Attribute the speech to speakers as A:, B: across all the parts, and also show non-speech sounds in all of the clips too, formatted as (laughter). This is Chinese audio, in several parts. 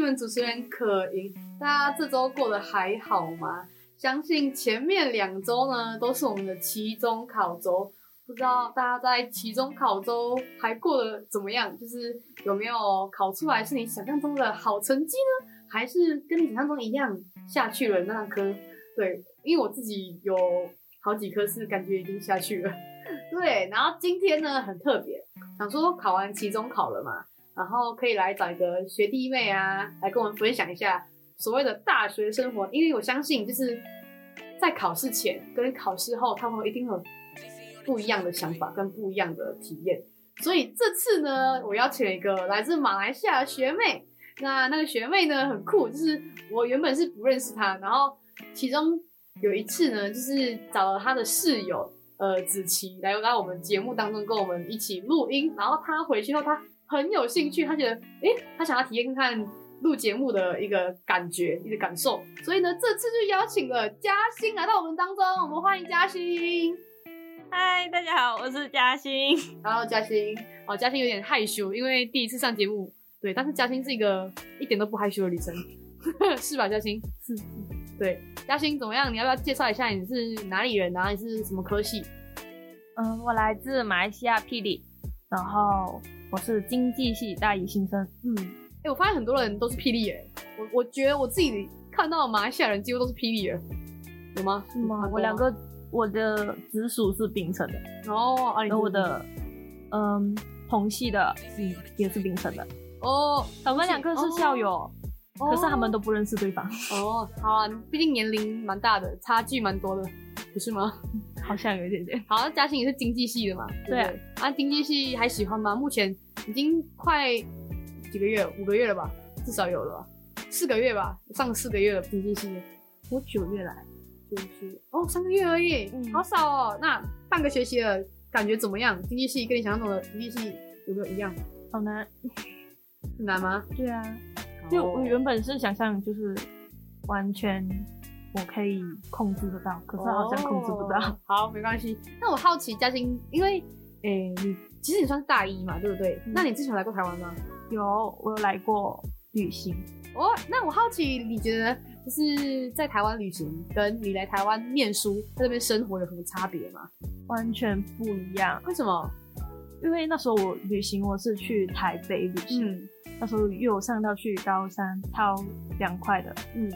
A: 任主持人可盈，大家这周过得还好吗？相信前面两周呢都是我们的期中考周，不知道大家在期中考周还过得怎么样？就是有没有考出来是你想象中的好成绩呢？还是跟你想象中一样下去了那科？对，因为我自己有好几科是感觉已经下去了。对，然后今天呢很特别，想说考完期中考了嘛，然后可以来找一个学弟妹啊，来跟我们分享一下所谓的大学生活，因为我相信就是在考试前跟考试后，他们一定会有不一样的想法跟不一样的体验。所以这次呢，我邀请了一个来自马来西亚的学妹，那那个学妹呢很酷，就是我原本是不认识她，然后其中有一次呢，就是找了她的室友。呃，子琪来到我们节目当中跟我们一起录音，然后她回去后，她很有兴趣，她觉得，诶、她想要体验看看录节目的一个感觉，一个感受，所以呢，这次就邀请了嘉欣来到我们当中，我们欢迎嘉欣。
B: 嗨，大家好，我是嘉欣。
A: 然后嘉欣，哦，嘉欣有点害羞，因为第一次上节目，对，但是嘉欣是一个一点都不害羞的女生， (laughs) 是吧，嘉欣？是，嗯对，嘉欣怎么样？你要不要介绍一下你是哪里人啊？你是什么科系？
B: 嗯，我来自马来西亚霹雳，然后我是经济系大一新生。
A: 嗯，哎、我发现很多人都是霹雳耶，我我觉得我自己看到的马来西亚人几乎都是霹雳人，有吗？
B: 是吗？我两个我的直属是槟城的，
A: 哦，啊，你是
B: 然后我的嗯同系的嗯也是槟城的，
A: 哦
B: 我们两个是校友，
A: 哦
B: 可是他们都不认识对方， (laughs)
A: 哦，好啊，毕竟年龄蛮大的，差距蛮多的，不是吗？
B: 好像有一点点。
A: 好，那嘉欣也是经济系的嘛？对不
B: 对啊
A: 对啊，经济系还喜欢吗？目前已经快几个月，五个月了吧，至少有了吧，四个月吧，上四个月了，经济系
B: 我九月来，
A: 就是哦，三个月而已，
B: 嗯
A: 好少哦。那半个学期了，感觉怎么样？经济系跟你想象中的经济系有没有一样？
B: 好难。
A: 很难吗？
B: 对啊，因为我原本是想象就是完全我可以控制得到，可是好像控制不到。
A: 哦好，没关系。那我好奇嘉欣，因为诶、你其实你算是大一嘛，对不对？
B: 嗯
A: 那你之前有来过台湾吗？
B: (laughs) 有，我有来过旅行。
A: 哦，那我好奇，你觉得就是在台湾旅行跟你来台湾念书，在这边生活有什么差别吗？
B: 完全不一样。
A: 为什么？
B: 因为那时候我旅行，我是去台北旅行，
A: 嗯
B: 那时候又有上到去高山，超凉快的。
A: 嗯，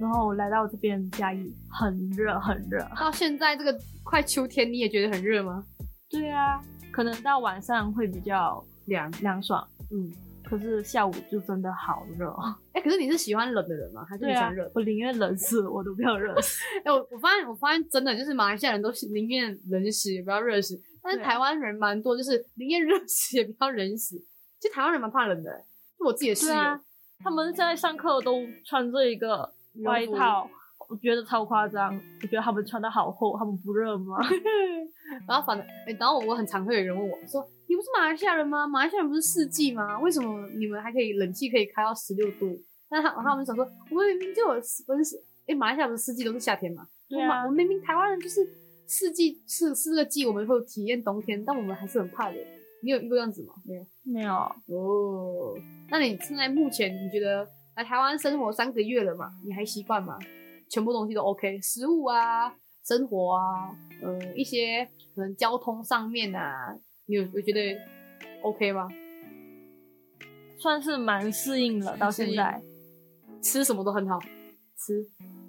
B: 然后我来到这边嘉义，很热很热。
A: 到现在这个快秋天，你也觉得很热吗？
B: 对啊，可能到晚上会比较
A: 凉，
B: 凉爽，
A: 嗯。
B: 可是下午就真的好
A: (laughs)
B: 热。
A: 哎、可是你是喜欢冷的人吗？还是你
B: 对
A: 喜
B: 啊
A: 欢热的？，
B: 我宁愿冷死，我都不要热死。
A: 哎、我我发现，我发现真的就是马来西亚人都是宁愿冷死也不要热死，但是
B: 对啊
A: 台湾人蛮多，就是宁愿热死也不要冷死。其实台湾人蛮怕冷的、欸， (laughs) 是我自己的室
B: 对
A: 友，
B: 啊，他们在上课都穿着一个
A: 羽绒
B: 外
A: 服
B: 套，我觉得超夸张。我觉得他们穿的好厚，他们不热吗？ (laughs)
A: (laughs) 然后反正、欸，然后我很常会有人问我说：“你不是马来西亚人吗？马来西亚人不是四季吗？为什么你们还可以冷气可以开到十六度？”那他他们想说，我们明明就有十分十，哎、马来西亚不是四季都是夏天吗？
B: 对
A: 我
B: 啊
A: 马我们明明台湾人就是四季四四个季，我们会有体验冬天，但我们还是很怕冷。你有遇过这样子吗？没有。
B: 没有，
A: 哦，那你现在目前你觉得来台湾生活三个月了嘛？你还习惯吗？全部东西都 OK，食物啊，生活啊，呃，一些可能交通上面啊，你有有觉得 OK 吗？
B: 算是蛮适应了，到现在。
A: 吃什么都很好吃，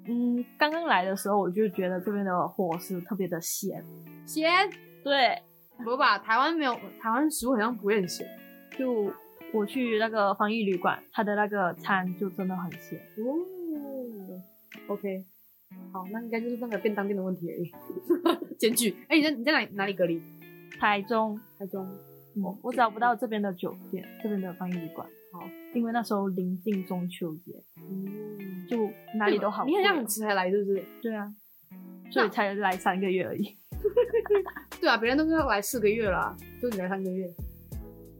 B: 嗯，刚刚来的时候我就觉得这边的伙食特别的咸，
A: 咸
B: 对，
A: 不吧？台湾没有，台湾食物好像不会很咸
B: 就我去那个防疫旅馆，它的那个餐就真的很咸。
A: 哦。OK，好，那应该就是那个便当店的问题而已。 (laughs) 检举，哎、你在你在哪里哪里隔离？哦
B: 台中，
A: 台中。
B: 嗯，我找不到这边的酒店，这边的防疫旅馆。哦
A: 好，
B: 因为那时候临近中秋节，
A: 嗯，
B: 就哪里都好
A: 你
B: 贵哦。
A: 很像很迟才来，是不是？
B: 对啊，所以才来三个月而已。
A: 对啊，别人都是要来四个月啦，就你来三个月。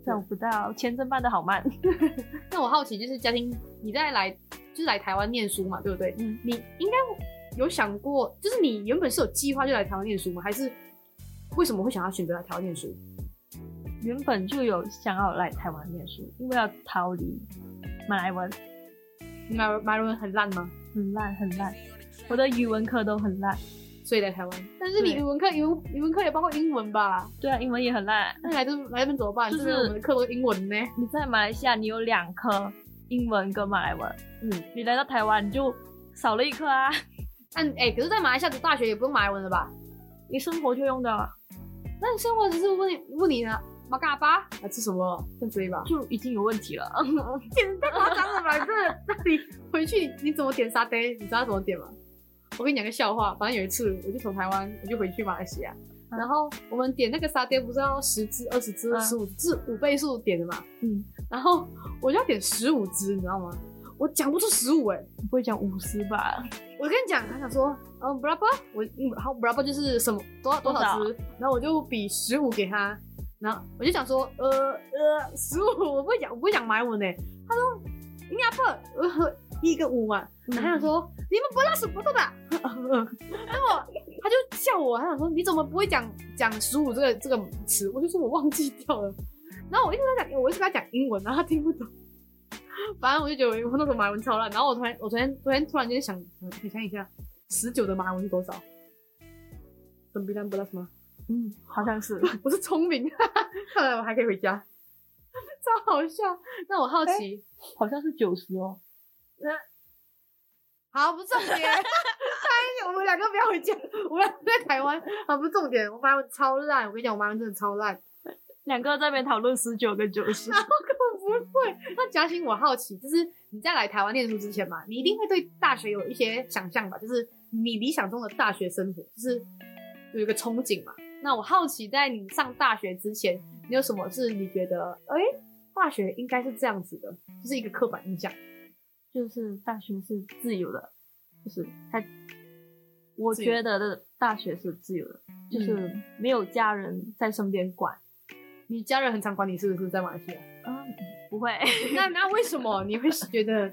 B: 找不到签证办的好慢。
A: 那我好奇就是，嘉欣，你在来就是来台湾念书嘛，对不对？
B: 嗯，
A: 你应该有想过，就是你原本是有计划就来台湾念书吗？还是为什么会想要选择来台湾念书？
B: 原本就有想要来台湾念书，因为要逃离马来文，
A: 你马马来文很烂吗？
B: 很烂很烂，我的语文课都很烂。
A: 所以来台湾，但是你
B: 对
A: 语文课、语文语文课也包括英文吧？
B: 对啊，英文也很烂。
A: 那你来这来这边怎么办？
B: 就
A: 就是是我们的课都是英文呢。
B: 你在马来西亚你有两科英文跟马来文，
A: 嗯，
B: 你来到台湾你就少了一科啊。
A: 但哎、可是，在马来西亚读大学也不用马来文了吧？
B: (laughs) 你生活就用的
A: 那你生活只是问你问你呢，马嘎巴啊，吃什么？这样子而已吧。
B: 就已经有问题了。
A: 简太夸张了吧？这那你回去你怎么点沙爹？你知道怎么点吗？我跟你讲个笑话，反正有一次我就从台湾，我就回去马来西亚，
B: 嗯
A: 然后我们点那个沙爹不是要十只、二十只、
B: 嗯
A: 十五只五倍数点的嘛？
B: 嗯，
A: 然后我就要点十五只，你知道吗？我讲不出十五哎，
B: 你不会讲五十吧？
A: 我跟你讲，他想说，嗯，brapa，我嗯，好，brapa 就是什么多少多少只，然后我就比十五给他，然后我就想说，呃呃，十五，我不会讲，我不会讲马来文呢。他说，你阿爸，呃，一个五嘛，然后他想说，你们不拉什不多的， (laughs) 然后他就笑我，他想说，你怎么不会讲讲十五这个这个词？我就说我忘记掉了，然后我一直在讲，我一直跟他讲英文，然后他听不懂。 (laughs) 反正我就觉得我那时候马文超烂，然后我昨天我昨天昨天突然间想想想一下，十九的马文是多少？准备蛋不知道什么？
B: 嗯，好像是。
A: 我是聪明， (laughs) 看来我还可以回家， (laughs) 超好笑。那我好奇，
B: (laughs) 好像是九十哦。
A: 好不是重点，哎， (laughs) 我们两个不要回家，我们两个在台湾，好不是重点，我马文超烂，我跟你讲，我马文真的超烂， (laughs)
B: 两个在那边讨论十九跟九十，
A: 我不会。那嘉欣，我好奇，就是你在来台湾念书之前嘛，你一定会对大学有一些想象吧？就是你理想中的大学生活，就是有一个憧憬嘛。那我好奇，在你上大学之前，你有什么是你觉得，哎、大学应该是这样子的，就是一个刻板印象，
B: (laughs) 就是大学是自由的，就是他，我觉得的大学是自由嗯的，就是没有家人在身边管。
A: 你家人很常管你，是不是在马来西亚？
B: 嗯，不会，
A: (laughs) 那那为什么你会觉
B: (laughs)
A: 得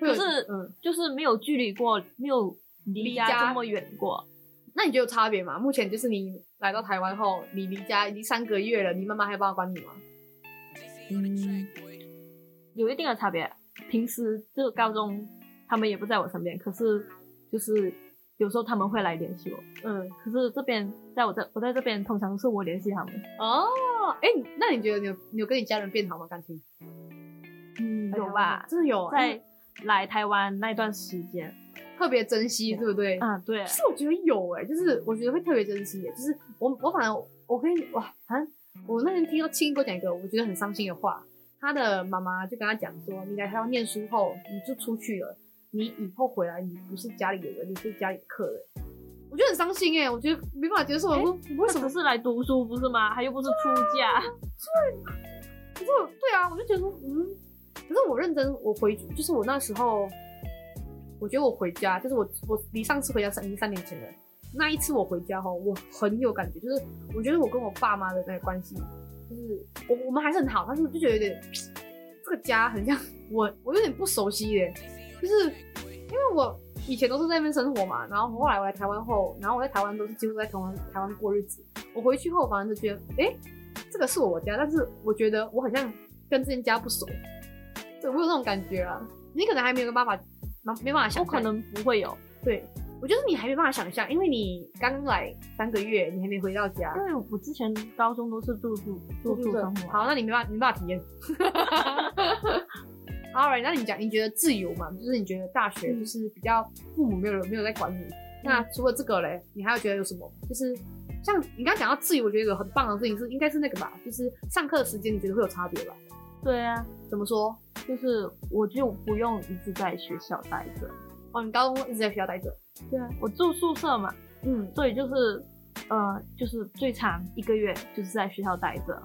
A: 会有？
B: 就是
A: 嗯，
B: 就是没有距离过，没有离
A: 离
B: 家
A: 家
B: 这么远过。
A: 那你觉得有差别吗？目前就是你来到台湾后，你离家已经三个月了，你妈妈还有办法管你吗？
B: 嗯，有一定的差别。平时这个高中他们也不在我身边，可是就是有时候他们会来联系我。
A: 嗯，
B: 可是这边在我这我在这边通常都是我联系他们。
A: 哦，哎、你那你觉得你有你有跟你家人变好吗？感情
B: 嗯，有吧？
A: 真的有，
B: 在来台湾那段时间，
A: 特别珍惜，对不对？
B: 啊，对
A: 其，实我觉得有哎、就是我觉得会特别珍惜耶，就是我我反正我跟你哇，反正我那天听到亲给我讲一个我觉得很伤心的话，他的妈妈就跟他讲说，你来台湾念书后你就出去了，你以后回来你不是家里的人，你是家里的客人，我觉得很伤心哎、我觉得没办法接受，我说我为
B: 他
A: 什么 (laughs)
B: 只是来读书不是吗？他又不是出家，
A: 可是我对啊，我就觉得说，嗯，可是我认真，我回就是我那时候，我觉得我回家，就是我我离上次回家三已经三年前了。那一次我回家后，我很有感觉，就是我觉得我跟我爸妈的那个关系，就是我我们还是很好，但是我就觉得有点这个家很像我，我有点不熟悉
B: (laughs)
A: 耶，就是因为我以前都是在那边生活嘛，然后后来我来台湾后，然后我在台湾都是几乎在台湾台湾过日子，我回去后反正就觉得，哎、这个是我家，但是我觉得我好像跟这间家不熟，对我有那种感觉啊。你可能还没有办法，没办法想象，
B: 我可能不会有，
A: 对我觉得你还没办法想象，因为你刚来三个月，你还没回到家，
B: 因为我之前高中都是住宿嗯住宿生活，
A: 好，那你没办法，你没办法体验。Alright，那你讲，你觉得自由嘛？就是你觉得大
B: 嗯
A: 学就是比较父母没有没有在管你。那除了这个嘞，你还有觉得有什么？就是像你刚刚讲到自由，我觉得有个很棒的事情是，应该是那个吧，就是上课的时间你觉得会有差别吧？
B: 对啊，
A: 怎么说？
B: 就是我就不用一直在学校待着，
A: 哦，你高中一直在学校待着，
B: 对啊，我住宿舍嘛，
A: 嗯，
B: 所以就是呃，就是最长一个月就是在学校待着，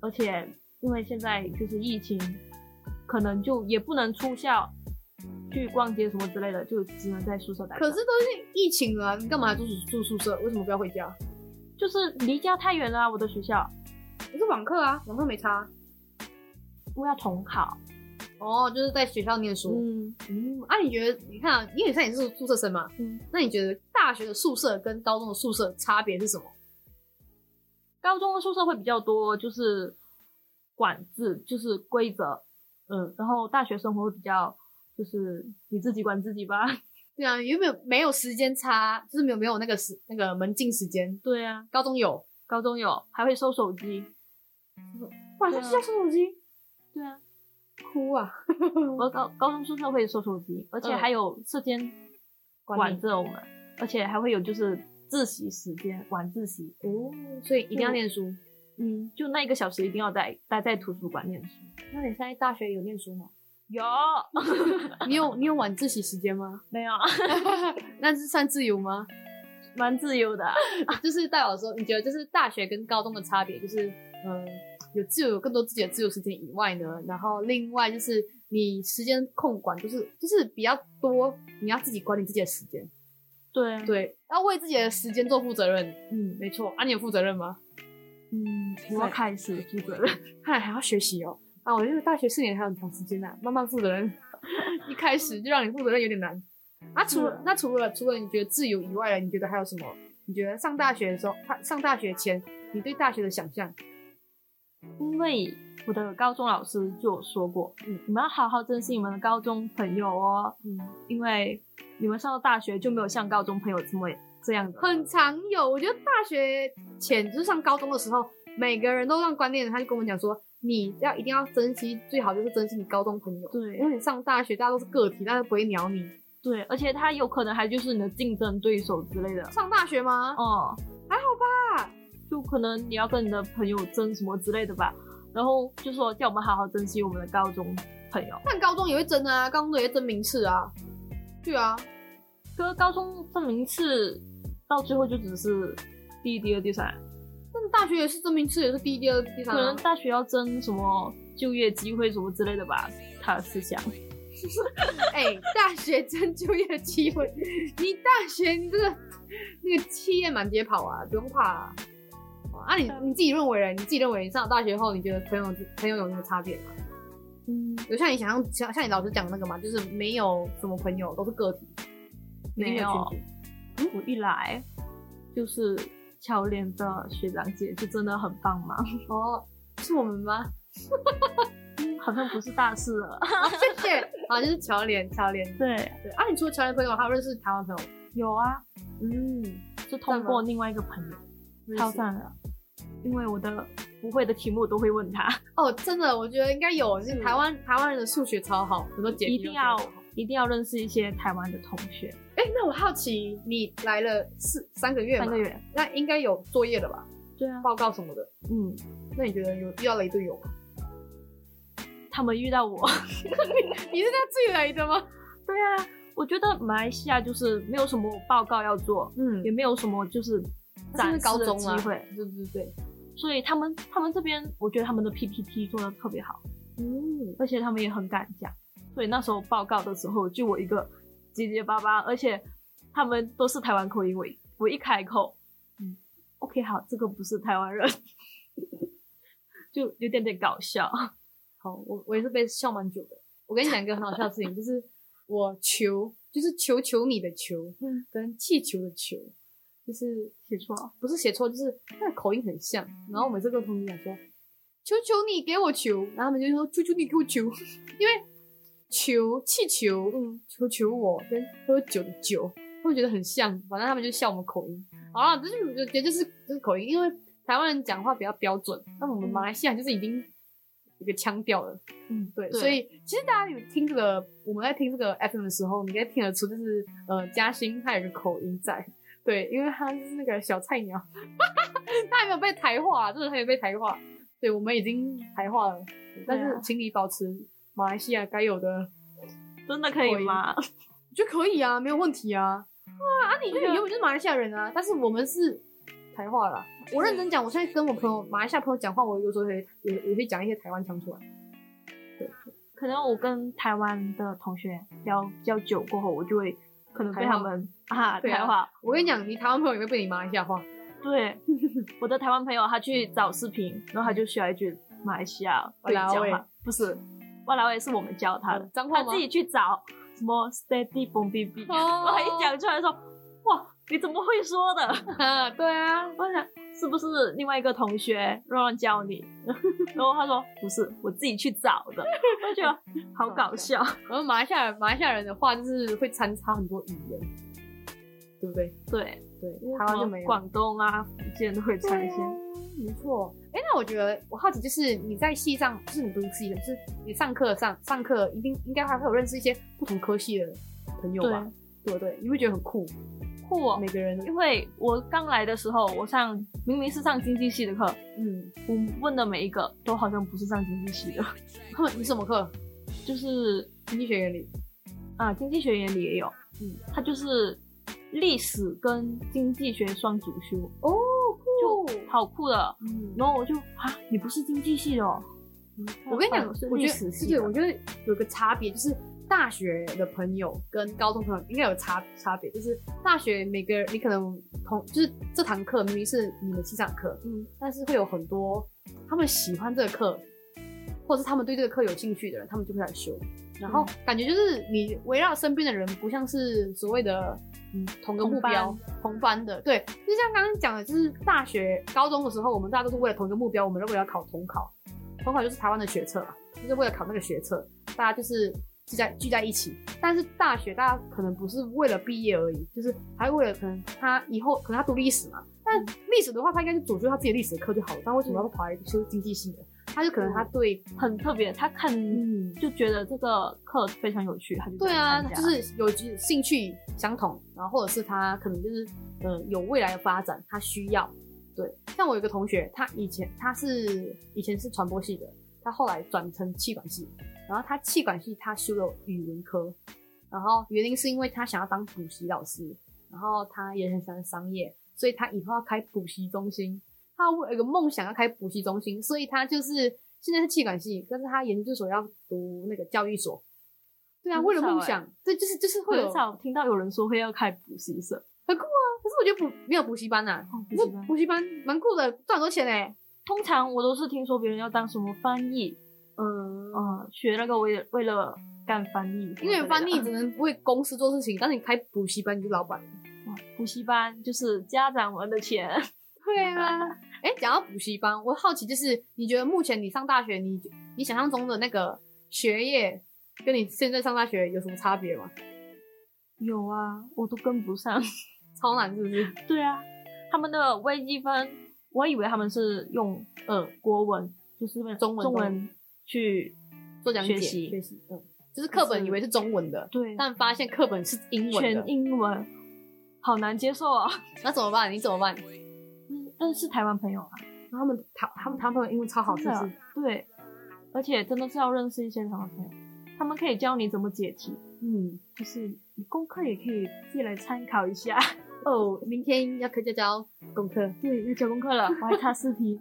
B: 而且因为现在就是疫情，可能就也不能出校去逛街什么之类的，就只能在宿舍待着。
A: 可是都是疫情了啊、你干嘛还住宿住宿舍？为什么不要回家？
B: 就是离家太远了啊、我的学校，
A: 可是网课啊，网课没差啊。
B: 我要重考。
A: 哦，就是在学校念书。
B: 嗯，
A: 嗯，啊，你觉得？你看啊，因为你现在也是宿舍生嘛，
B: 嗯，
A: 那你觉得大学的宿舍跟高中的宿舍差别是什么？
B: 高中的宿舍会比较多，就是管制，就是规则，
A: 嗯，
B: 然后大学生活会比较就是你自己管自己吧。 (laughs)
A: 对啊，有没有没有时间差？就是没有没有那个时那个门禁时间。
B: 对啊，
A: 高中有，
B: 高中有还会收手机，
A: 晚上睡觉收手机，
B: 对啊，
A: 哭啊！
B: 我高高中宿舍会收手机，而且
A: 嗯
B: 还有课间
A: 管
B: 管
A: 理
B: 着我们，而且还会有就是自习时间晚自习，
A: 哦，所以一定要念书。
B: 嗯，就那一个小时一定要待待在图书馆念书。
A: 那你现在大学有念书吗？
B: 有
A: 你有你有晚自习时间吗？
B: (laughs) 没有？啊
A: 那是算自由吗？
B: 蛮自由的啊、
A: 就是代表说，你觉得就是大学跟高中的差别，就是嗯，有自由有更多自己的自由时间以外呢，然后另外就是你时间控管，就是就是比较多，你要自己管理自己的时间，
B: (laughs) 对啊，
A: 对，要为自己的时间做负责任，
B: 嗯
A: 没错。啊，你有负责任吗？
B: 嗯，我要开始负责任。
A: 看来还要学习哦。啊，我觉得大学四年还有很长时间呢、啊慢慢负责任， (laughs) 一开始就让你负责任有点难。啊，除了
B: 是
A: 那除了除了你觉得自由以外，啊你觉得还有什么？你觉得上大学的时候，啊上大学前，你对大学的想象？
B: 因为我的高中老师就有说过，
A: 嗯
B: 你们要好好珍惜你们的高中朋友哦，
A: 嗯，
B: 因为你们上了大学就没有像高中朋友这么这样的。
A: 很常有。我觉得大学前就是上高中的时候，每个人都让观念，他就跟我们讲说，你要一定要珍惜，最好就是珍惜你高中朋友，
B: 对
A: 因为你上大学大家都是个体，大家都不会鸟你。
B: 对，而且他有可能还就是你的竞争对手之类的。
A: 上大学吗？
B: 哦，
A: 还好吧。
B: 就可能你要跟你的朋友争什么之类的吧。然后就说叫我们好好珍惜我们的高中朋友。
A: 但高中也会争啊，高中也会争名次啊。对啊，
B: 可是高中证明是到最后就只是第一、第二、第三，
A: 但大学也是争名次，也是第一、第二、第三
B: 可
A: 啊、
B: 能大学要争什么就业机会什么之类的吧。他的思想，
A: (laughs) 哎、大学争就业机会，你大学你这个那个企业满街跑啊，不用怕啊。哦啊你，你自己认为人，你自己认为你上了大学后，你觉得朋友朋友有什么差别吗？
B: 嗯，
A: 有像你想象像像你老师讲的那个嘛，就是没有什么朋友，都是个体，一定
B: 没有嗯
A: 群体
B: 我一来就是侨联的学长姐就真的很帮忙，
A: 哦，是我们吗？
B: 好像不是大事了。
A: 啊， (laughs) 谢谢。啊，就是侨联，侨联。
B: (laughs) 对，
A: 对啊，你除了侨联朋友，还有认识台湾朋友？
B: 有啊，
A: 嗯，
B: 是通过另外一个朋友。超赞的，因为我的不会的题目都会问 (laughs) 他，
A: 哦，真的，我觉得应该有，就是台湾台湾人的数学超好，很多解题
B: 一
A: 都
B: 定
A: 做得
B: 要
A: 很好
B: 一定要认识一些台湾的同学。
A: 哎、那我好奇，你来了四三个月嘛，
B: 三个月，
A: 那应该有作业了吧？
B: 对啊，
A: 报告什么的。
B: 嗯，
A: 那你觉得有遇到雷队友吗？
B: 他们遇到我，
A: (laughs) 你是在自己雷的吗？
B: (laughs) 对啊，我觉得马来西亚就是没有什么报告要做，
A: 嗯
B: 也没有什么就是
A: 但
B: 展
A: 是
B: 示
A: 高
B: 的
A: 中
B: 机
A: 啊，
B: 会，
A: 对对对，
B: 所以他们他们这边，我觉得他们的 PPT 做的特别好，
A: 嗯，
B: 而且他们也很敢讲，所以那时候报告的时候，就我一个结结巴巴，而且他们都是台湾口音，我一我一开口，嗯，OK，好，这个不是台湾人， (laughs) 就有点点搞笑。
A: 好，我我也是被笑蛮久的。我跟你讲一个很好笑的事情，就是我球，就是求求你的球，
B: 嗯，
A: 跟气球的球，就是
B: 写错，
A: 不是写错，就是那个口音很像。然后我每次跟同学讲说：“求求你给我球。”然后他们就说：“求求你给我球。” (laughs) 因为球气球，嗯，求求我跟喝酒的酒，他们觉得很像。反正他们就笑我们口音。好了，这就是我觉得就是就是口音，因为台湾人讲话比较标准，那我们马来西亚就是已经有个腔调了。
B: 嗯，
A: 对，所以其实大家有听这个，我们在听这个 FM 的时候，你应该听得出，就是呃，嘉欣她有个口音在，对，因为她是那个小菜鸟， (laughs) 她还没有被台化，啊真的还没有被台化，对，我们已经台化了，但
B: 对
A: 是
B: 啊
A: 请你保持马来西亚该有的，
B: 真的可以吗？ (laughs)
A: 我觉得可以啊，没有问题啊，啊啊，你就
B: 我觉得
A: 原本就是马来西亚人啊，但是我们是台化了，我认真讲，我现在跟我朋友马来西亚朋友讲话，我有时候也也也会讲一些台湾腔出来，
B: 可能我跟台湾的同学聊比较久过后，我就会可能被他们 (laughs) 啊
A: 对啊
B: 台话。
A: 我跟你讲，你台湾朋友也会被你马来西亚化。 (laughs)
B: 对，我的台湾朋友他去找视频，然后他就学了一句马来西亚
A: 哇啦
B: 教
A: 喂
B: 嘛，不是，哇啦喂是我们教他的。
A: 脏
B: 他
A: 话吗
B: 自？己去找什么 steady boom b b，
A: 哦 (laughs)
B: 我一讲出来说，哇，你怎么会说的？
A: 啊，对啊，
B: 我想是不是另外一个同学乱教
A: (laughs)
B: 你？然后他说不是，我自己去找的。我就觉得好搞笑。
A: 然后马来西亚人，马来西亚人的话就是会掺插很多语言，对不对？
B: 对，
A: 对
B: 因为，
A: 台湾就
B: 什么
A: 没有。
B: 广东啊、福建都会唱一些
A: 对。啊没错。哎、那我觉得我好奇，就是你在系上，就是你不是系的，就是你上课上上课，一定应该还会有认识一些不同科系的朋友吧？对不对？你会觉得很酷，
B: 酷哦
A: 每个人
B: 因为我刚来的时候，我上明明是上经济系的课，
A: 嗯，
B: 我问的每一个都好像不是上经济系的， (laughs)
A: 哼，你什么课？
B: 就是
A: 经济学原理。
B: 啊，经济学原理也有，
A: 嗯，
B: 它就是历史跟经济学双主修，
A: 哦，
B: 就
A: 酷。
B: 好酷的。
A: 嗯，
B: 然后我就啊，你不是经济系的、哦，
A: 我跟你讲，
B: 我是
A: 我
B: 历
A: 觉得
B: 史系
A: 对，
B: 的
A: 我觉得有个差别就是。大学的朋友跟高中朋友应该有差差别，就是大学每个你可能同就是这堂课明明是你们系上课，
B: 嗯，
A: 但是会有很多他们喜欢这个课，或者是他们对这个课有兴趣的人，他们就会来修。然后感觉就是你围绕身边的人，不像是所谓的嗯同个目标同班的，对，就像刚刚讲的，就是大学、高中的时候，我们大家都是为了同一个目标，我们认为要考统考，统考就是台湾的学测嘛，啊就是为了考那个学测，大家就是聚在聚在一起。但是大学大家可能不是为了毕业而已，就是还为了可能他以后可能他读历史嘛，但历史的话他应该是主修他自己的历史课就好了，但为什么要跑来修经济系的？他就可能他对
B: 很特别，他看
A: 嗯
B: 就觉得这个课非常有趣，他就
A: 对啊，
B: 想参加
A: 就是有兴趣相同，然后或者是他可能就是呃有未来的发展，他需要。对，像我有一个同学，他以前他是以前是传播系的，他后来转成气管系，然后他气管系他修了语文科，然后原因是因为他想要当补习老师，然后他也很喜欢商业，所以他以后要开补习中心，他有个梦想要开补习中心，所以他就是现在是气管系，但是他研究所要读那个教育所。对啊，
B: 很
A: 为了
B: 少
A: 梦
B: 欸
A: 想，对，就是就是会有，
B: 很少听到有人说会要开补习社，
A: 很酷啊。可是我觉得补没有补习班呐、
B: 哦
A: 不过补习班蛮酷的，赚很多钱哎、
B: 通常我都是听说别人要当什么翻译，
A: 嗯，
B: 呃，学那个为了为了干翻译，
A: 因为翻译
B: 之类
A: 只能为公司做事情，但是你开补习班你就是老板。
B: 的哇补习班就是家长们的钱， (laughs)
A: 对啊，哎、讲到补习班，我好奇就是，你觉得目前你上大学，你你想象中的那个学业，跟你现在上大学有什么差别吗？
B: 有啊，我都跟不上。
A: 超难是不是？
B: (laughs) 对啊，他们的微积分，我以为他们是用呃国文，就是
A: 中文
B: 中文去
A: 做讲解
B: 学习
A: 学习，嗯，就是课本
B: 就是
A: 以为是中文的，
B: 对
A: 但发现课本是英文的
B: 全，英文，好难接受啊。
A: 那怎么办？你怎么办？
B: (laughs) 嗯但是台湾朋友啊，
A: 然后他们他他们他们英文超好，是
B: 真的
A: 不是？
B: 对，而且真的是要认识一些台湾朋友，他们可以教你怎么解题，
A: 嗯，
B: 就是你功课也可以借来参考一下。 (laughs)
A: 哦，明天要课教教哦功课。
B: 对，要交功课了，我还差四题。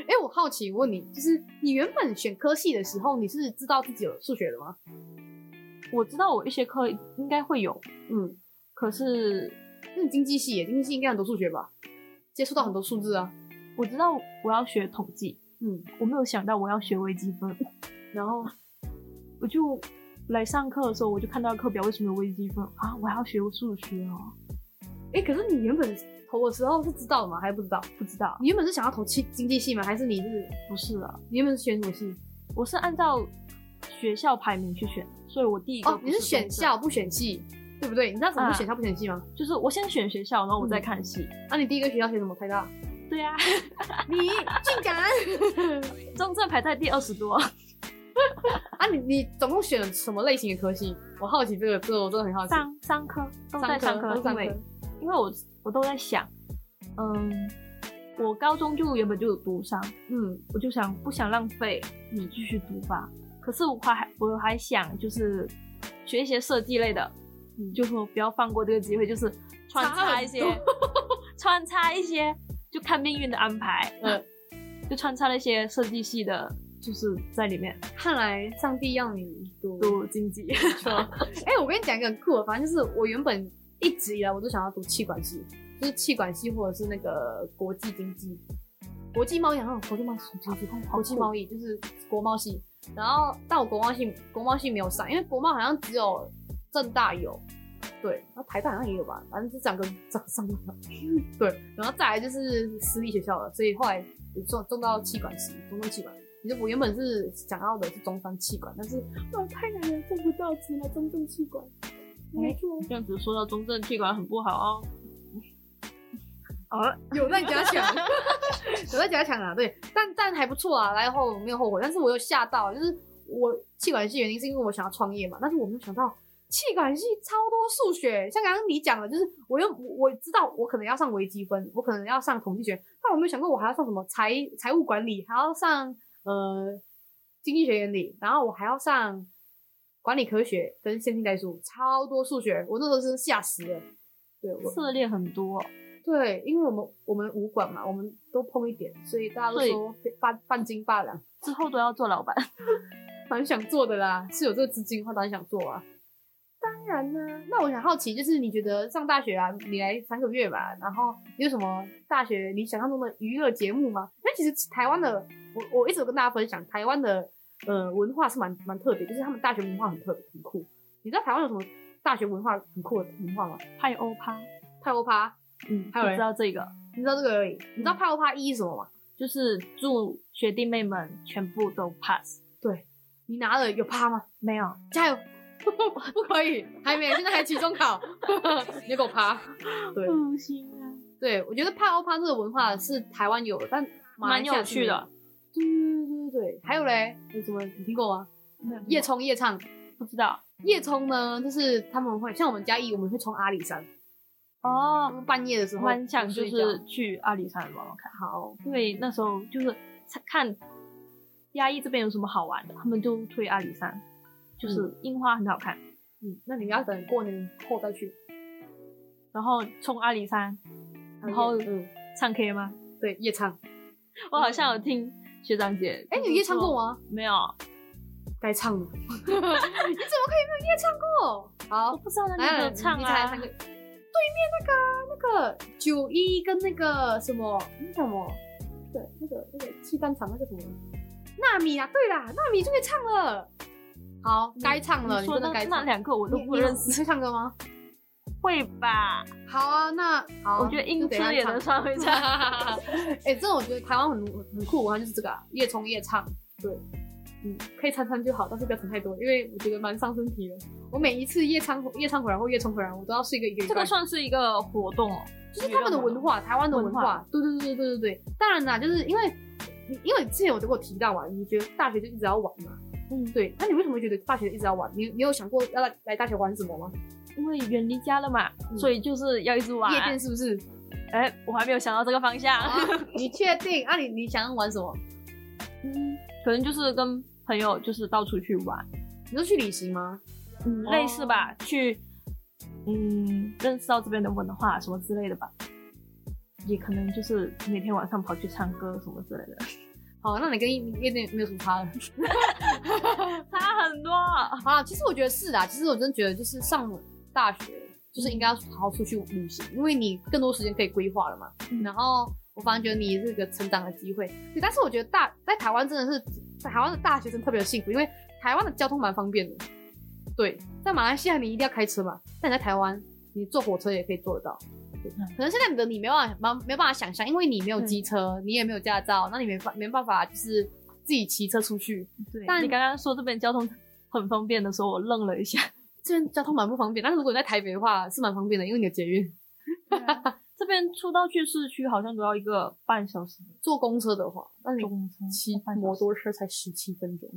A: 哎、我好奇问你，就是你原本选科系的时候，你是知道自己有数学的吗？
B: (laughs) 我知道我一些课应该会有，
A: 嗯，
B: 可是
A: 那你经济系耶，经济系应该很多数学吧？接触到很多数字啊。
B: 我知道我要学统计，
A: 嗯，
B: 我没有想到我要学微积分，
A: 然后
B: 我就来上课的时候我就看到课表，为什么有微积分啊？我还要学数学哦，
A: 哎、可是你原本投的时候是知道的吗？还是不知道？
B: 不知道，
A: 你原本是想要投经经济系吗？还是你是
B: 不是啊，
A: 你原本是选什么系？
B: 我是按照学校排名去选，所以我第一个
A: 哦，你是
B: 不中
A: 选
B: 正
A: 校不选系，对不对？你知道怎么
B: 啊
A: 不选校不选系吗？
B: 就是我先选学校，然后我
A: 嗯
B: 再看系。
A: 那、你第一个学校选什么？台大？
B: 对啊，
A: 你竟然？
B: (laughs) 中正排在第二十多，
A: (laughs) 啊你，你总共选了什么类型的科系？我好奇这个，这个我真的很好奇。
B: 上商科都在
A: 上
B: 商
A: 课，
B: 科，
A: 都上课
B: 因为因为我我都在想，嗯，我高中就原本就有读商，
A: 嗯
B: 我就想不想浪费，你继续读吧。可是我还我还想就是学一些设计类的，
A: 嗯
B: 就说不要放过这个机会，就是穿插一些
A: 差很
B: (laughs) 穿插一些，就看命运的安排，
A: 嗯，
B: 就穿插了一些设计系的，就是在里面
A: 看来上帝要你读
B: 读经济。 (laughs)
A: 错。 (laughs) 哎、我跟你讲一个很酷的，反正就是我原本一直以来我都想要读气管系，就是气管系或者是那个国际经济、国际贸易，然后国际贸易什么东西国际贸易就是国贸系。然后但我国贸系国贸系没有上，因为国贸好像只有正大有。
C: 对，然后台大好像也有吧，反正是长
A: (laughs)
C: 跟长上了。
A: 对，然后再来就是私立学校了，所以后来也中中到气管系，中中气管。其实我原本是想要的是中山气管，但是
C: 哇，太难了，中不到，只能中正气管。没错，
B: 这样子说到中正气管很不好哦。啊，
A: 有在加强， (laughs) 有在加强啊，对，但但还不错啊，然后没有后悔，但是我有吓到，就是我气管系原因是因为我想要创业嘛，但是我没有想到气管系超多数学，像刚刚你讲的，就是我又我我知道我可能要上微积分，我可能要上统计学，但我没有想过我还要上什么财财务管理，还要上呃经济学原理，然后我还要上管理科学跟线性代数，超多数学，我那时候是吓死了，对我。
B: 涉猎很多，
A: 对，因为我们我们武馆嘛，我们都碰一点，所以大家都
B: 对
A: 说半半斤八两，
B: 之后都要做老板。
A: 蛮想做的啦，是有这个资金的话，当然想做啊。当然呢、那我想好奇，就是你觉得上大学啊，你来三个月吧，然后你有什么大学你想象中的娱乐节目吗？因为其实台湾的，我我一直有跟大家分享，台湾的呃文化是蛮蛮特别，就是他们大学文化很特别很酷。你知道台湾有什么大学文化很酷的文化吗？
B: 派欧趴，
A: 派欧趴，
B: 嗯，
A: 还有
B: 就
A: 嘞
B: 知道这个，
A: 你知道这个而已。你知道派欧趴一是什么吗？
B: 就是祝学弟妹们全部都 pass。
A: 你拿了有趴吗？
B: 没有，
A: 加油！不可以，还没，现在还期中考， (laughs) 你给我趴。对
B: 不行啊，
A: 对，我觉得趴欧趴这个文化是台湾有的，但马来
B: 蛮
A: 西亚
B: 有趣的。
A: 是没有。对对对对对，还有嘞，有什么你听过吗？夜冲夜唱，
B: 不知道
A: 夜冲呢，就是他们会像我们嘉义，我们会冲阿里山，我
B: 哦，
A: 们半夜的时候
B: 蛮想就
A: 睡觉
B: 是去阿里山玩玩看，
A: 好，
B: 因为那时候就是看嘉义这边有什么好玩的，他们就推阿里山，就是樱花很好看，
A: 嗯，那你要等过年后再去，
B: 然后冲阿里山，然后
A: 嗯，
B: 唱 K 吗？ (laughs)
A: 对，夜唱，
B: 我好像有听学长姐，
A: 哎，你有夜唱过？吗？
B: 没有，哦
A: 该唱了， (laughs) 你怎么可以没有夜唱过？好
B: 我，不知道那
A: 来
B: 里
A: 来
B: 有唱
A: 哎你再来
B: 啊
A: 三。个，对面那个啊那个九一跟那个什么那叫什么，那个那个那个气弹厂那个什么，纳米啊，对啦，纳米就会唱了。好，该唱了，
B: 你
A: 你
B: 说
A: 真
B: 那
A: 的该
B: 那
A: 唱。
B: 两个我都
A: 你
B: 不认
A: 你
B: 识，
A: 会唱歌吗？
B: 会吧？
A: 好啊，那好，
B: 我觉得英
A: 就等一下
B: 姿也
A: 唱
B: 能算会唱。
A: (laughs) 哎、这种我觉得台湾很很酷，文化就是这个、啊、夜冲夜唱，对，嗯，可以餐餐就好，但是不要餐太多，因为我觉得蛮伤身体的。我每一次夜唱夜唱回来或夜冲回来，我都要睡个一个礼拜。
B: 这个算是一个活动哦，
A: 就是他们的文化，台湾的文
B: 文化
A: 化，对对对对对对对。当然啦，就是因为你因为之前我就给我提到嘛，你觉得大学就一直要玩嘛，
B: 嗯，
A: 对。那你为什么会觉得大学一直要玩？你你有想过要来来大学玩什么吗？
B: 因为远离家了嘛，
A: 嗯
B: 所以就是要一直玩哦
A: 夜。店是不是？
B: 哎，我还没有想到这个方向，
A: 啊你确定？啊，你你想要玩什么？
B: 嗯，可能就是跟朋友就是到处去玩，
A: 你说去旅行吗？
B: 嗯，
A: 哦
B: 类似吧，去嗯认识到这边的文化什么之类的吧，也可能就是每天晚上跑去唱歌什么之类的，
A: 哦好，那你跟夜店没有什么差了。
B: 差很多。
A: 好啊，其实我觉得是啦。其实我真的觉得，就是上大学就是应该要好好出去旅行，因为你更多时间可以规划了嘛。
B: 嗯
A: 然后我反而觉得你是一个成长的机会。对，但是我觉得大在台湾真的是在台湾的大学生特别有幸福，因为台湾的交通蛮方便的。对，在马来西亚你一定要开车嘛，但你在台湾你坐火车也可以做得到。对
B: 嗯
A: 可能现在你的你没办法，没没办法想象，因为你没有
B: 嗯
A: 机车，你也没有驾照，那你没办没办法就是自己骑车出去。
B: 对，
A: 但
B: 你刚刚说这边交通很方便的时候，我愣了一下。
A: 这边交通蛮不方便，但是如果你在台北的话是蛮方便的，因为你有捷运。
B: (laughs) 这边出到去市区好像都要一个半小时
A: 坐公车的话，那你
B: 坐公车，
A: 骑
B: 半小时
A: 摩托车才十七分钟，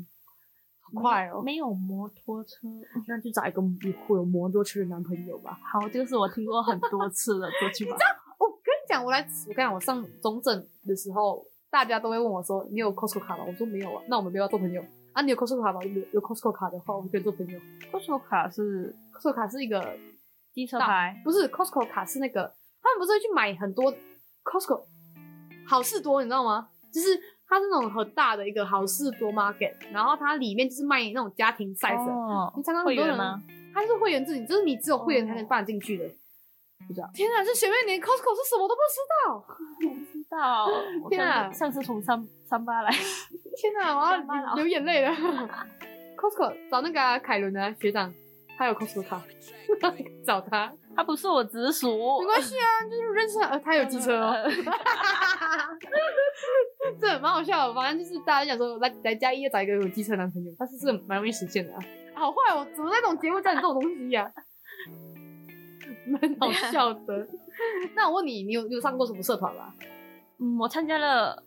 A: 好快哦！
B: 没有摩托车。
A: 那就找一个会有摩托车的男朋友吧。
B: 好，这个是我听过很多次的这句话。
A: 我哦跟你讲，我来，我跟你讲，我上中正的时候，大家都会问我说：“你有 Costco 卡吗？”我说：“没有啊。”那我们不要做朋友啊？你有 Costco 卡吗？有有 Costco 卡的话，我们可以做朋友。
B: Costco 卡是
A: Costco 卡是一个
B: 机车牌，
A: 不是 Costco 卡是那个，他们不是会去买很多 Costco 好事多，你知道吗？就是它是那种很大的一个好事多 market，然后它里面就是卖那种家庭 size，的、
B: 哦
A: 你常常
B: 会
A: 很多
B: 员
A: 人
B: 吗？哦
A: 它就是会员制，你就是你只有会员才能办进去的。
B: 不知道，
A: 天啊，这学妹连 Costco 是什么都不知
B: 不知道。我
A: 天啊
B: 上上次从三三八来，
A: 道！天啊，我
B: 上班了 (laughs)
A: 要流眼泪了。Costco 找那个啊凯伦啊学长，他有 Costco 卡， (laughs) 找他
B: 他不是我直属，
A: 没关系啊，就是认识他，呃、他有机车哦。这很蛮好笑的，反正就是大家讲说来来嘉义要找一个有机车男朋友，但是是蛮容易实现的啊。好坏哦，怎么在这种节目讲这种东西呀、 (laughs) 蛮好笑的。 (laughs) 那我问你，你有你有上过什么社团吗？
B: (laughs) 嗯，我参加了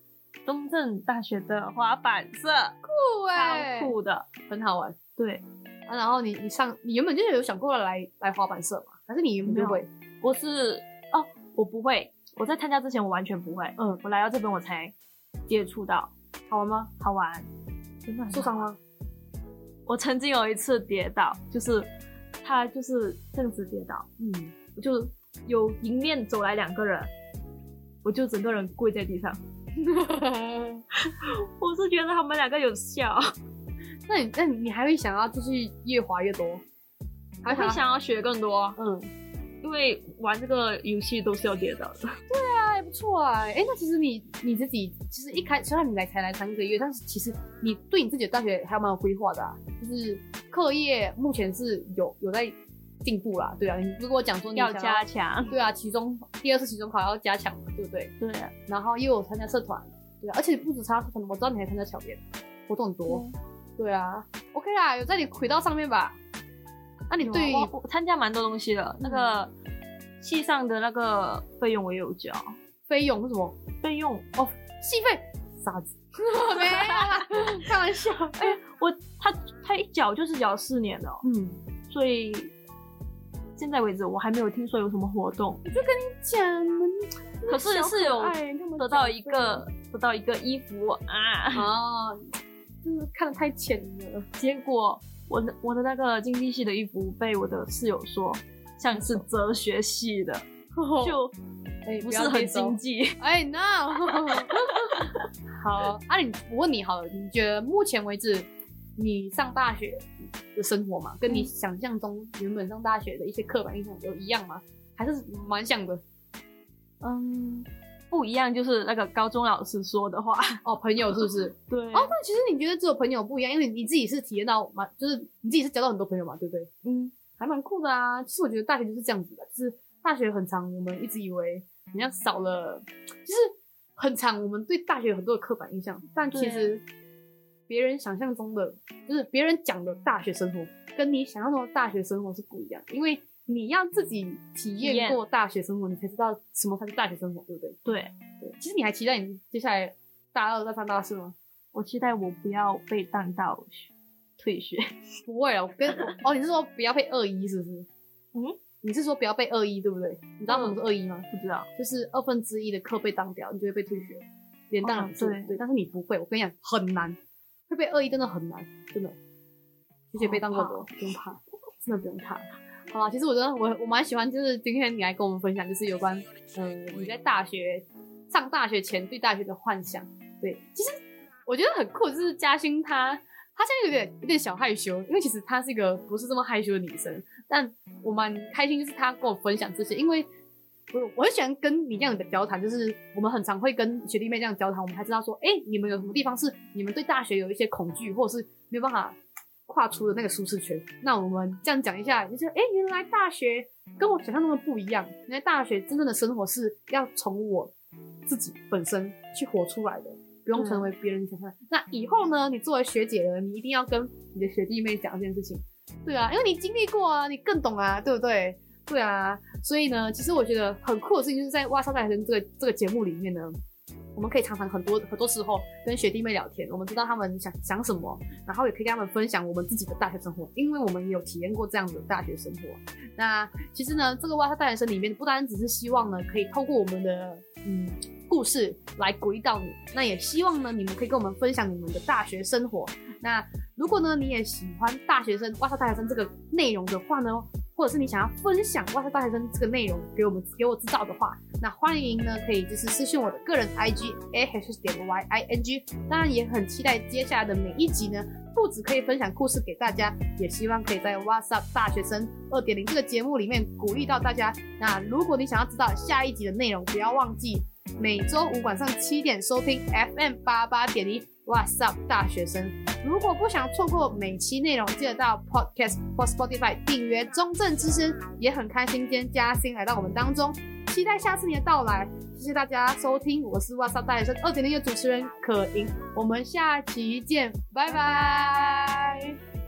B: 中正大学的滑板社，
A: 酷哎、
B: 超酷的。
A: 很好玩
B: 对，
A: 啊。然后你你上你原本就有想过来来滑板社嘛？还是你原本就会？
B: 我是哦，我不会，我在参加之前我完全不会。
A: 嗯，
B: 我来到这边我才接触到，好玩吗？好玩，真的很好玩
A: 受伤吗？
B: 我曾经有一次跌倒，就是他就是这样子跌倒，
A: 嗯，
B: 我就有迎面走来两个人，我就整个人跪在地上。我是觉得他们两个有笑，
A: (laughs) 那你那你还会想要就是越滑越多？
B: 我
A: 还
B: (laughs) 会想要学更多，
A: 嗯，
B: 因为玩这个游戏都是要跌倒的。
A: 那还不错啊。哎、那其实你你自己其实一开，虽然你来才来三个月，但是其实你对你自己的大学还蛮有规划的、啊，就是课业目前是有有在进步啦，对啊。你如果讲
B: (laughs)
A: 说你
B: 要
A: 想
B: 加，强，
A: 对啊，期中第二次期中考要加强嘛，对不对？
B: 对，啊
A: 然后又有参加社团，对啊，而且不止参加社团，我知道你还参加小联，活动很多，对啊，OK 啦，有在你轨道上面吧？那你对于
B: 对，嗯我我参加蛮多东西的，那个系上的那个费用我也有交，
A: 飞泳是什么
B: 费用哦，
A: 戏费？傻子， (laughs) 没有 (laughs) 啦，开玩笑。
B: 哎、我他他一缴就是缴四年的哦、
A: 嗯，
B: 所以现在为止我还没有听说有什么活动，
A: 讲
B: 可是是有
C: 哎，那么
B: 得到一个得到一个衣服啊，
A: 啊，就是看的太浅了。
B: 结果我的我的那个经济系的衣服被我的室友说像是哲学系的，就
A: (laughs) 哎
B: 不是很经。济。
A: 哎，no。好，啊你，我问你好了，你觉得目前为止你上大学的生活嘛，跟你想象中原本上大学的一些刻板印象有一样吗？还是蛮像的？
B: 嗯，不一样就是那个高中老师说的话，
A: 哦，朋友是不是？
B: 对
A: 哦，那其实你觉得只有朋友不一样，因为你自己是体验到嘛，就是你自己是交到很多朋友嘛，对不对？
B: 嗯，
A: 还蛮酷的啊。其实我觉得大学就是这样子的，就是大学很长，我们一直以为好像少了，就是很长，我们对大学有很多的刻板印象，但其实别人想象中的，就是别人讲的大学生活，跟你想象中的大学生活是不一样，因为你要自己体
B: 体
A: 验
B: 验
A: 过大学生活，你才知道什么才是大学生活，对不对？
B: (laughs) 对
A: 对。其实你还期待你接下来大二、大三、大四吗？
B: 我期待我不要被当到退学。
A: 不会啊，我跟哦，你是说不要被恶意是不是？
B: 嗯，
A: 你是说不要被恶意对不对？你知道什么是恶意吗？
B: 不知道，
A: 就是二分之一的课被当掉，你就会被退学，连当两次、
B: 哦对
A: 对，但是你不会，我跟你讲很难，会被恶意真的很难，真的。学姐被当过
B: 哦
A: 多，不用怕，真的不用怕。好啊，其实我觉得我我蛮喜欢，就是今天你来跟我们分享，就是有关嗯你在大学上大学前对大学的幻想。对，其实我觉得很酷，就是嘉欣她她现在有点有点小害羞，因为其实她是一个不是这么害羞的女生，但我蛮开心，就是她跟我分享这些，因为我我很喜欢跟你这样的交谈，就是我们很常会跟学弟妹这样交谈，我们才知道说，哎、你们有什么地方是你们对大学有一些恐惧，或者是没有办法跨出的那个舒适圈。那我们这样讲一下，就是哎、诶原来大学跟我想象中的不一样，原来大学真正的生活是要从我自己本身去活出来的。不用成为别人想象的。那以后呢，你作为学姐了，你一定要跟你的学弟妹讲这件事情。对啊，因为你经历过啊，你更懂啊，对不对？对啊，所以呢，其实我觉得很酷的事情就是在《哇塞大学生》这个这个节目里面呢，我们可以常常很多很多时候跟学弟妹聊天，我们知道他们想想什么，然后也可以跟他们分享我们自己的大学生活，因为我们也有体验过这样的大学生活。那其实呢，这个《哇塞大学生》里面不单只是希望呢，可以透过我们的嗯故事来鼓励到你，那也希望呢，你们可以跟我们分享你们的大学生活。那如果呢，你也喜欢大学生《哇塞大学生》这个内容的话呢，或者是你想要分享《哇塞大学生》这个内容给我们给我知道的话，那欢迎呢可以就是私信我的个人 IG a h 点 y i n g。当然也很期待接下来的每一集呢，不止可以分享故事给大家，也希望可以在《What's Up 大学生2.0》这个节目里面鼓励到大家。那如果你想要知道下一集的内容，不要忘记每周五晚上七点收听 FM 八八点零《What's Up 大学生》。如果不想错过每期内容，记得到 Podcast 或 Spotify 订阅中正之声。也很开心今天嘉欣来到我们当中，期待下次你的到来。谢谢大家收听，我是哇塞大学生二点零的主持人可盈，我们下期见，拜拜。